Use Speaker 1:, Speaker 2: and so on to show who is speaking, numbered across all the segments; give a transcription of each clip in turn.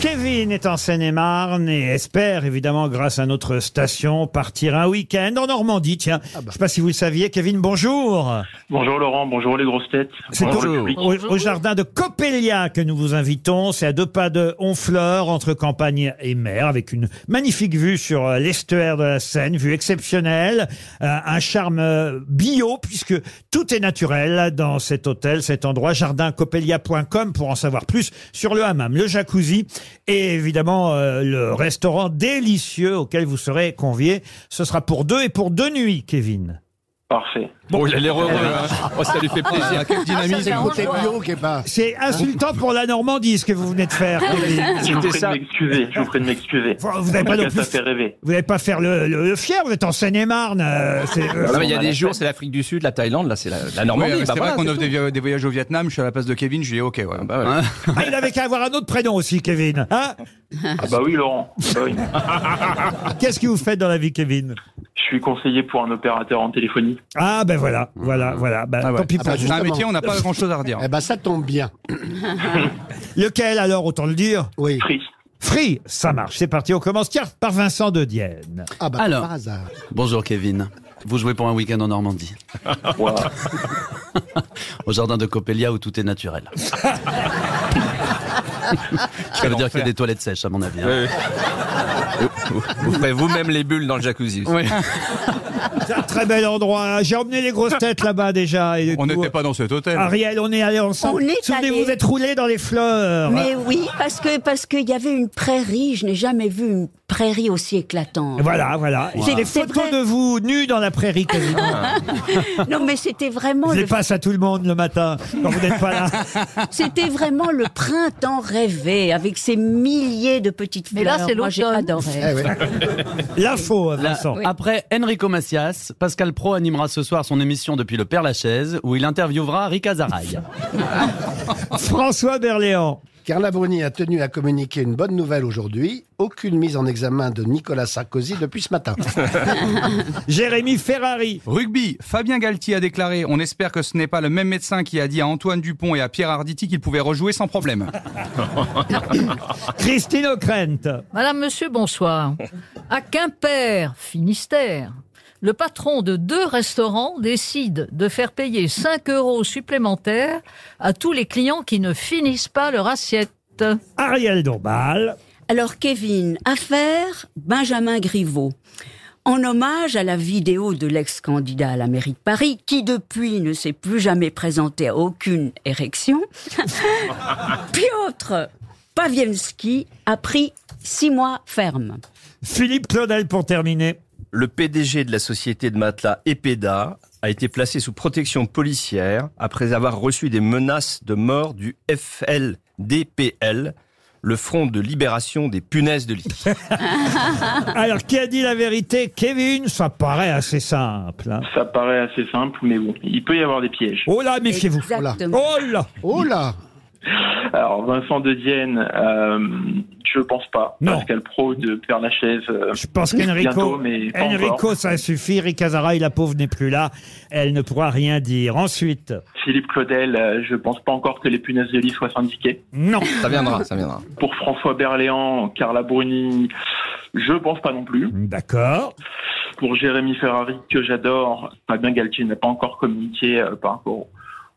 Speaker 1: Kevin est en Seine-et-Marne et espère, évidemment, grâce à notre station, partir un week-end en Normandie. Tiens, je ne sais pas si vous le saviez. Kevin, bonjour.
Speaker 2: Bonjour Laurent, bonjour les grosses têtes.
Speaker 1: C'est au,
Speaker 2: Bonjour le public.
Speaker 1: au- au jardin de Coppelia que nous vous invitons. C'est à deux pas de Honfleur, entre campagne et mer, avec une magnifique vue sur euh, l'estuaire de la Seine, vue exceptionnelle, euh, un charme euh, bio, puisque tout est naturel dans cet hôtel, cet endroit, jardincopelia.com pour en savoir plus sur le hammam, le jacuzzi et évidemment euh, le restaurant délicieux auquel vous serez conviés. Ce sera pour deux et pour deux nuits, Kevin.
Speaker 2: Parfait.
Speaker 3: Oh,
Speaker 4: Bon, il a l'air heureux. hein. Oh, ça lui fait
Speaker 3: Ah,
Speaker 4: plaisir. Quel
Speaker 5: C'est
Speaker 4: dynamisme.
Speaker 5: le côté bio qui est pas.
Speaker 1: C'est insultant pour la Normandie ce que vous venez de faire, Kevin.
Speaker 2: Je vous prie
Speaker 4: ça.
Speaker 2: de m'excuser, je vous prie de m'excuser.
Speaker 1: Enfin, Vous n'allez pas
Speaker 2: En tout
Speaker 1: non
Speaker 2: cas, ça
Speaker 1: plus.
Speaker 2: fait rêver.
Speaker 1: Vous n'allez pas faire le, le- le fier, vous êtes en Seine-et-Marne. euh, c'est- euh,
Speaker 4: Non, mais il y a des jours, c'est l'Afrique du Sud, la Thaïlande, là, c'est la, la Normandie.
Speaker 3: Ouais,
Speaker 4: Bah
Speaker 3: Ah c'est
Speaker 4: voilà,
Speaker 3: vrai qu'on
Speaker 4: c'est
Speaker 3: offre
Speaker 4: tout.
Speaker 3: des, vi- des voyages au Vietnam. Je suis à la place de Kevin. Je lui ai dit OK. Ouais. Hein
Speaker 4: Bah voilà.
Speaker 1: ah, il avait qu'à avoir un autre prénom aussi, Kevin. Hein
Speaker 2: Ah bah oui Laurent, Ah bah oui.
Speaker 1: Qu'est-ce que vous faites dans la vie, Kevin
Speaker 2: je suis conseiller pour un opérateur en téléphonie.
Speaker 1: Ah ben voilà, voilà, voilà. Ben,
Speaker 3: Ah ouais.
Speaker 1: Tant pis
Speaker 3: Ah
Speaker 1: pour
Speaker 3: bah,
Speaker 1: vous.
Speaker 3: c'est un métier, on n'a pas grand chose à redire.
Speaker 5: Eh ben, ça tombe bien.
Speaker 1: Lequel alors, autant le dire
Speaker 5: Oui.
Speaker 2: Free.
Speaker 1: Free, ça marche. C'est parti, on commence tiens, par Vincent de Dienne.
Speaker 5: Ah bah,
Speaker 6: Alors.
Speaker 5: par hasard.
Speaker 6: Bonjour Kevin. Vous jouez pour un week-end en Normandie,
Speaker 2: Wow.
Speaker 6: au jardin de Coppelia où tout est naturel. Ça veut dire qu'il y a des toilettes sèches à mon avis. hein.
Speaker 4: Ouais, ouais. Vous- vous- Vous ferez vous-même les bulles dans le jacuzzi.
Speaker 1: C'est un très bel endroit. J'ai emmené les grosses têtes là-bas déjà. et
Speaker 3: On
Speaker 1: tout.
Speaker 3: n'était pas dans cet hôtel.
Speaker 1: Ariel, on est allé ensemble.
Speaker 7: On est
Speaker 1: Souvenez-vous,
Speaker 7: allés.
Speaker 1: vous êtes roulé dans les fleurs.
Speaker 7: Mais oui, parce que parce qu'il y avait une prairie. Je n'ai jamais vu une prairie aussi éclatante.
Speaker 1: Voilà, voilà. J'ai
Speaker 7: C'est-
Speaker 1: des
Speaker 7: c'est
Speaker 1: photos
Speaker 7: vrai.
Speaker 1: de vous nus dans la prairie, Kevin.
Speaker 7: Non, mais c'était vraiment
Speaker 1: Je les
Speaker 7: le,
Speaker 1: passe à tout le monde le matin quand vous n'êtes pas là.
Speaker 7: c'était vraiment le printemps rêvé avec ces milliers de petites fleurs.
Speaker 8: Mais là, c'est
Speaker 7: Moi, j'ai
Speaker 8: l'automne.
Speaker 7: adoré.
Speaker 5: Eh oui.
Speaker 1: L'info, hein,
Speaker 6: Là,
Speaker 1: Vincent.
Speaker 6: Après Enrico Macias, Pascal Pro animera ce soir son émission depuis le Père Lachaise où il interviewera Rika Zaraï.
Speaker 1: François Berléand.
Speaker 5: Carla Bruni a tenu à communiquer une bonne nouvelle aujourd'hui. Aucune mise en examen de Nicolas Sarkozy depuis ce matin.
Speaker 1: Jérémy Ferrari.
Speaker 3: Rugby, Fabien Galtier a déclaré On espère que ce n'est pas le même médecin qui a dit à Antoine Dupont et à Pierre Arditi qu'ils pouvaient rejouer sans problème.
Speaker 1: Christine O'Krent.
Speaker 8: Madame, monsieur, bonsoir. À Quimper, Finistère, le patron de deux restaurants décide de faire payer 5 euros supplémentaires à tous les clients qui ne finissent pas leur assiette.
Speaker 1: Ariel Dombal.
Speaker 7: Alors, Kevin, affaire Benjamin Griveaux. En hommage à la vidéo de l'ex-candidat à la mairie de Paris, qui depuis ne s'est plus jamais présenté à aucune érection, Piotr Pawiemski a pris six mois ferme.
Speaker 1: Philippe Claudel pour terminer.
Speaker 9: Le PDG de la société de matelas EPEDA a été placé sous protection policière après avoir reçu des menaces de mort du FLDPL, le Front de libération des punaises de lit.
Speaker 1: Alors, qui a dit la vérité Kevin, ça paraît assez simple. hein.
Speaker 2: Ça paraît assez simple, mais bon, il peut y avoir des pièges.
Speaker 1: Oh là, méfiez-vous.
Speaker 7: Exactement.
Speaker 1: Oh là
Speaker 5: Oh là
Speaker 2: Alors Vincent de Dienne, euh, je pense pas.
Speaker 1: Non.
Speaker 2: Pascal Pro de Père Lachaise. euh,
Speaker 1: Je pense
Speaker 2: Bientôt,
Speaker 1: qu'Enrico,
Speaker 2: mais pas encore.
Speaker 1: Enrico, ça suffit. Ricazara, la pauvre, n'est plus là. Elle ne pourra rien dire. Ensuite,
Speaker 2: Philippe Claudel, euh, je pense pas encore que les punaises de lit soient syndiquées.
Speaker 1: non.
Speaker 4: Ça viendra, ça viendra.
Speaker 2: Pour François Berléand, Carla Bruni, je pense pas non plus.
Speaker 1: D'accord.
Speaker 2: Pour Jérémy Ferrari, que j'adore, Fabien Galtier n'a pas encore communiqué euh, par rapport au-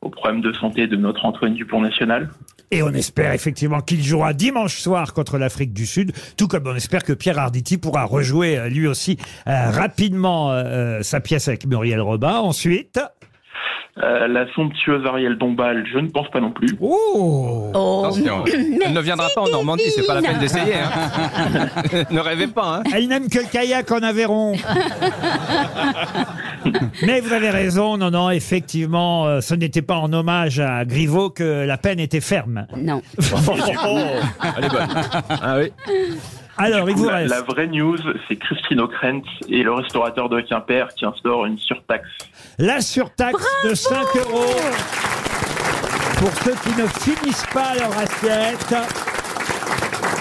Speaker 2: au problème de santé de notre Antoine Dupont National.
Speaker 1: Et on espère effectivement qu'il jouera dimanche soir contre l'Afrique du Sud, tout comme on espère que Pierre Arditi pourra rejouer euh, lui aussi euh, rapidement euh, euh, sa pièce avec Muriel Robin. Ensuite,
Speaker 2: Euh, la somptueuse Ariel Dombal, je ne pense pas non plus.
Speaker 1: oh,
Speaker 7: Oh,
Speaker 4: Attention, Elle ne viendra pas en Normandie, c'est pas la peine d'essayer. hein. ne rêvez pas. Hein.
Speaker 1: elle n'aime que le kayak en Aveyron. Mais vous avez raison, non, non, effectivement, euh, ce n'était pas en hommage à Griveaux que la peine était ferme.
Speaker 7: non.
Speaker 4: Elle est bonne. Ah oui.
Speaker 1: Alors, il vous
Speaker 2: la, la
Speaker 1: reste.
Speaker 2: vraie news, c'est Christine O'Krent et le restaurateur de Quimper qui instaure une surtaxe.
Speaker 1: La surtaxe de 5 euros pour ceux qui ne finissent pas leur assiette.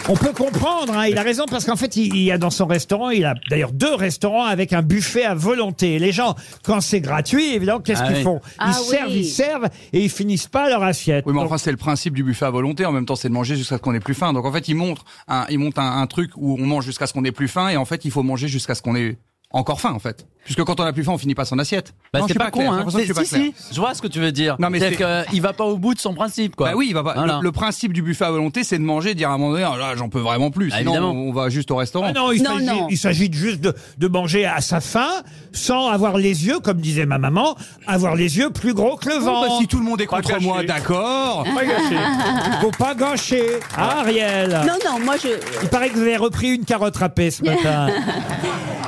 Speaker 1: On peut comprendre, hein, il a raison, parce qu'en fait, il, il y a dans son restaurant, il a d'ailleurs deux restaurants avec un buffet à volonté. Et Les gens, quand c'est gratuit, évidemment, qu'est-ce
Speaker 3: Ah
Speaker 1: qu'ils
Speaker 3: oui.
Speaker 1: font Ils
Speaker 3: Ah
Speaker 1: servent,
Speaker 3: oui.
Speaker 1: ils servent, et ils finissent pas leur assiette.
Speaker 3: Oui, mais enfin, c'est le principe du buffet à volonté. En même temps, c'est de manger jusqu'à ce qu'on ait plus faim. Donc, en fait, ils montrent un, ils montent un, un truc où on mange jusqu'à ce qu'on ait plus faim. Et en fait, il faut manger jusqu'à ce qu'on ait encore faim, en fait. Puisque quand on a plus faim, on finit pas son assiette.
Speaker 6: Bah,
Speaker 3: Non, je
Speaker 6: c'est pas,
Speaker 3: suis
Speaker 6: con,
Speaker 3: clair.
Speaker 6: hein.
Speaker 3: J'ai l'impression que je suis pas
Speaker 6: Si,
Speaker 3: clair.
Speaker 6: si, je vois ce que tu veux dire.
Speaker 3: Non, mais
Speaker 6: C'est-à-dire
Speaker 3: c'est-
Speaker 6: que euh, il va pas au bout de son principe, quoi.
Speaker 3: Bah oui, il va pas.
Speaker 6: Voilà.
Speaker 3: Le, le principe du buffet à volonté, c'est de manger, dire à un moment donné, Ah là, j'en peux vraiment plus.
Speaker 6: Ah,
Speaker 3: Sinon,
Speaker 6: évidemment.
Speaker 3: on on va juste au restaurant.
Speaker 1: Ah non, il s'agit- il s'agit juste de, de manger à sa faim, sans avoir les yeux, comme disait ma maman, avoir les yeux plus gros que le
Speaker 3: Oh, bah,
Speaker 1: ventre.
Speaker 3: si tout le monde est contre moi, d'accord.
Speaker 1: Pas gâché. Faut pas gâcher, hein, Ariel.
Speaker 7: Non, non, moi je.
Speaker 1: Il paraît que vous avez repris une carotte râpée ce matin.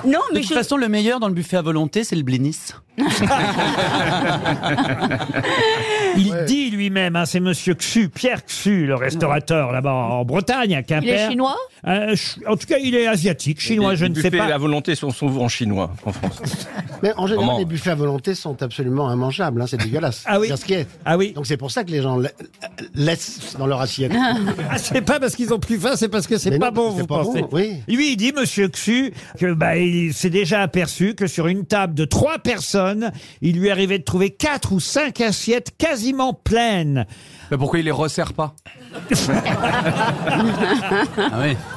Speaker 7: non,
Speaker 6: mais de toute façon, le meilleur dans le buffet à volonté, c'est le blinis.
Speaker 1: Il dit lui-même, hein, c'est Monsieur Xu, Pierre Xu, le restaurateur là-bas en Bretagne, à Quimper.
Speaker 8: chinois
Speaker 1: Euh, ch- En tout cas, il est asiatique, chinois,
Speaker 9: Les-
Speaker 1: je
Speaker 9: les
Speaker 1: ne sais
Speaker 9: buffets
Speaker 1: pas.
Speaker 9: à volonté sont souvent chinois en France.
Speaker 5: Mais en général,
Speaker 9: Comment
Speaker 5: les buffets à volonté sont absolument immangeables. hein, c'est dégueulasse.
Speaker 1: Ah oui.
Speaker 5: C'est ce qui est.
Speaker 1: Ah oui.
Speaker 5: Donc c'est pour ça que les gens la- laissent dans leur assiette.
Speaker 1: Ah, c'est pas parce qu'ils ont plus faim, c'est parce que c'est
Speaker 5: Mais
Speaker 1: pas
Speaker 5: non,
Speaker 1: bon,
Speaker 5: c'est
Speaker 1: vous
Speaker 5: pas
Speaker 1: pensez.
Speaker 5: bon, oui.
Speaker 1: Lui, il dit, monsieur Xu, que bah, il s'est déjà aperçu que sur une table de trois personnes, il lui arrivait de trouver quatre ou cinq assiettes quasiment pleines.
Speaker 3: Mais pourquoi il les resserre pas Ah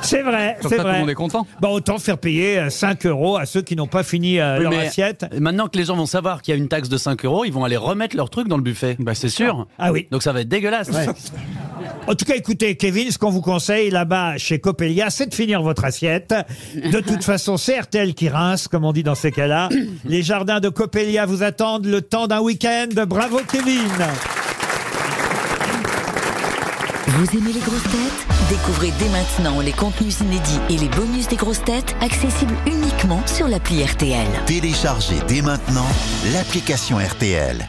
Speaker 1: C'est vrai,
Speaker 3: Comme
Speaker 1: c'est
Speaker 3: ça, tout
Speaker 1: vrai.
Speaker 3: le monde est content.
Speaker 1: Bah, autant faire payer euh, 5 euros à ceux qui n'ont pas fini euh,
Speaker 6: Oui,
Speaker 1: leur
Speaker 6: mais
Speaker 1: assiette.
Speaker 6: Maintenant que les gens vont savoir qu'il y a une taxe de 5 euros, ils vont aller remettre leur truc dans le buffet. Bah, c'est sûr.
Speaker 1: Ah oui.
Speaker 6: Donc ça va être dégueulasse.
Speaker 1: En tout cas, écoutez, Kevin, ce qu'on vous conseille là-bas chez Copelia, c'est de finir votre assiette. De toute façon, c'est RTL qui rince, comme on dit dans ces cas-là. Les jardins de Copelia vous attendent le temps d'un week-end. Bravo, Kevin.
Speaker 10: Vous aimez les grosses têtes Découvrez dès maintenant les contenus inédits et les bonus des grosses têtes accessibles uniquement sur l'appli RTL.
Speaker 11: Téléchargez dès maintenant l'application RTL.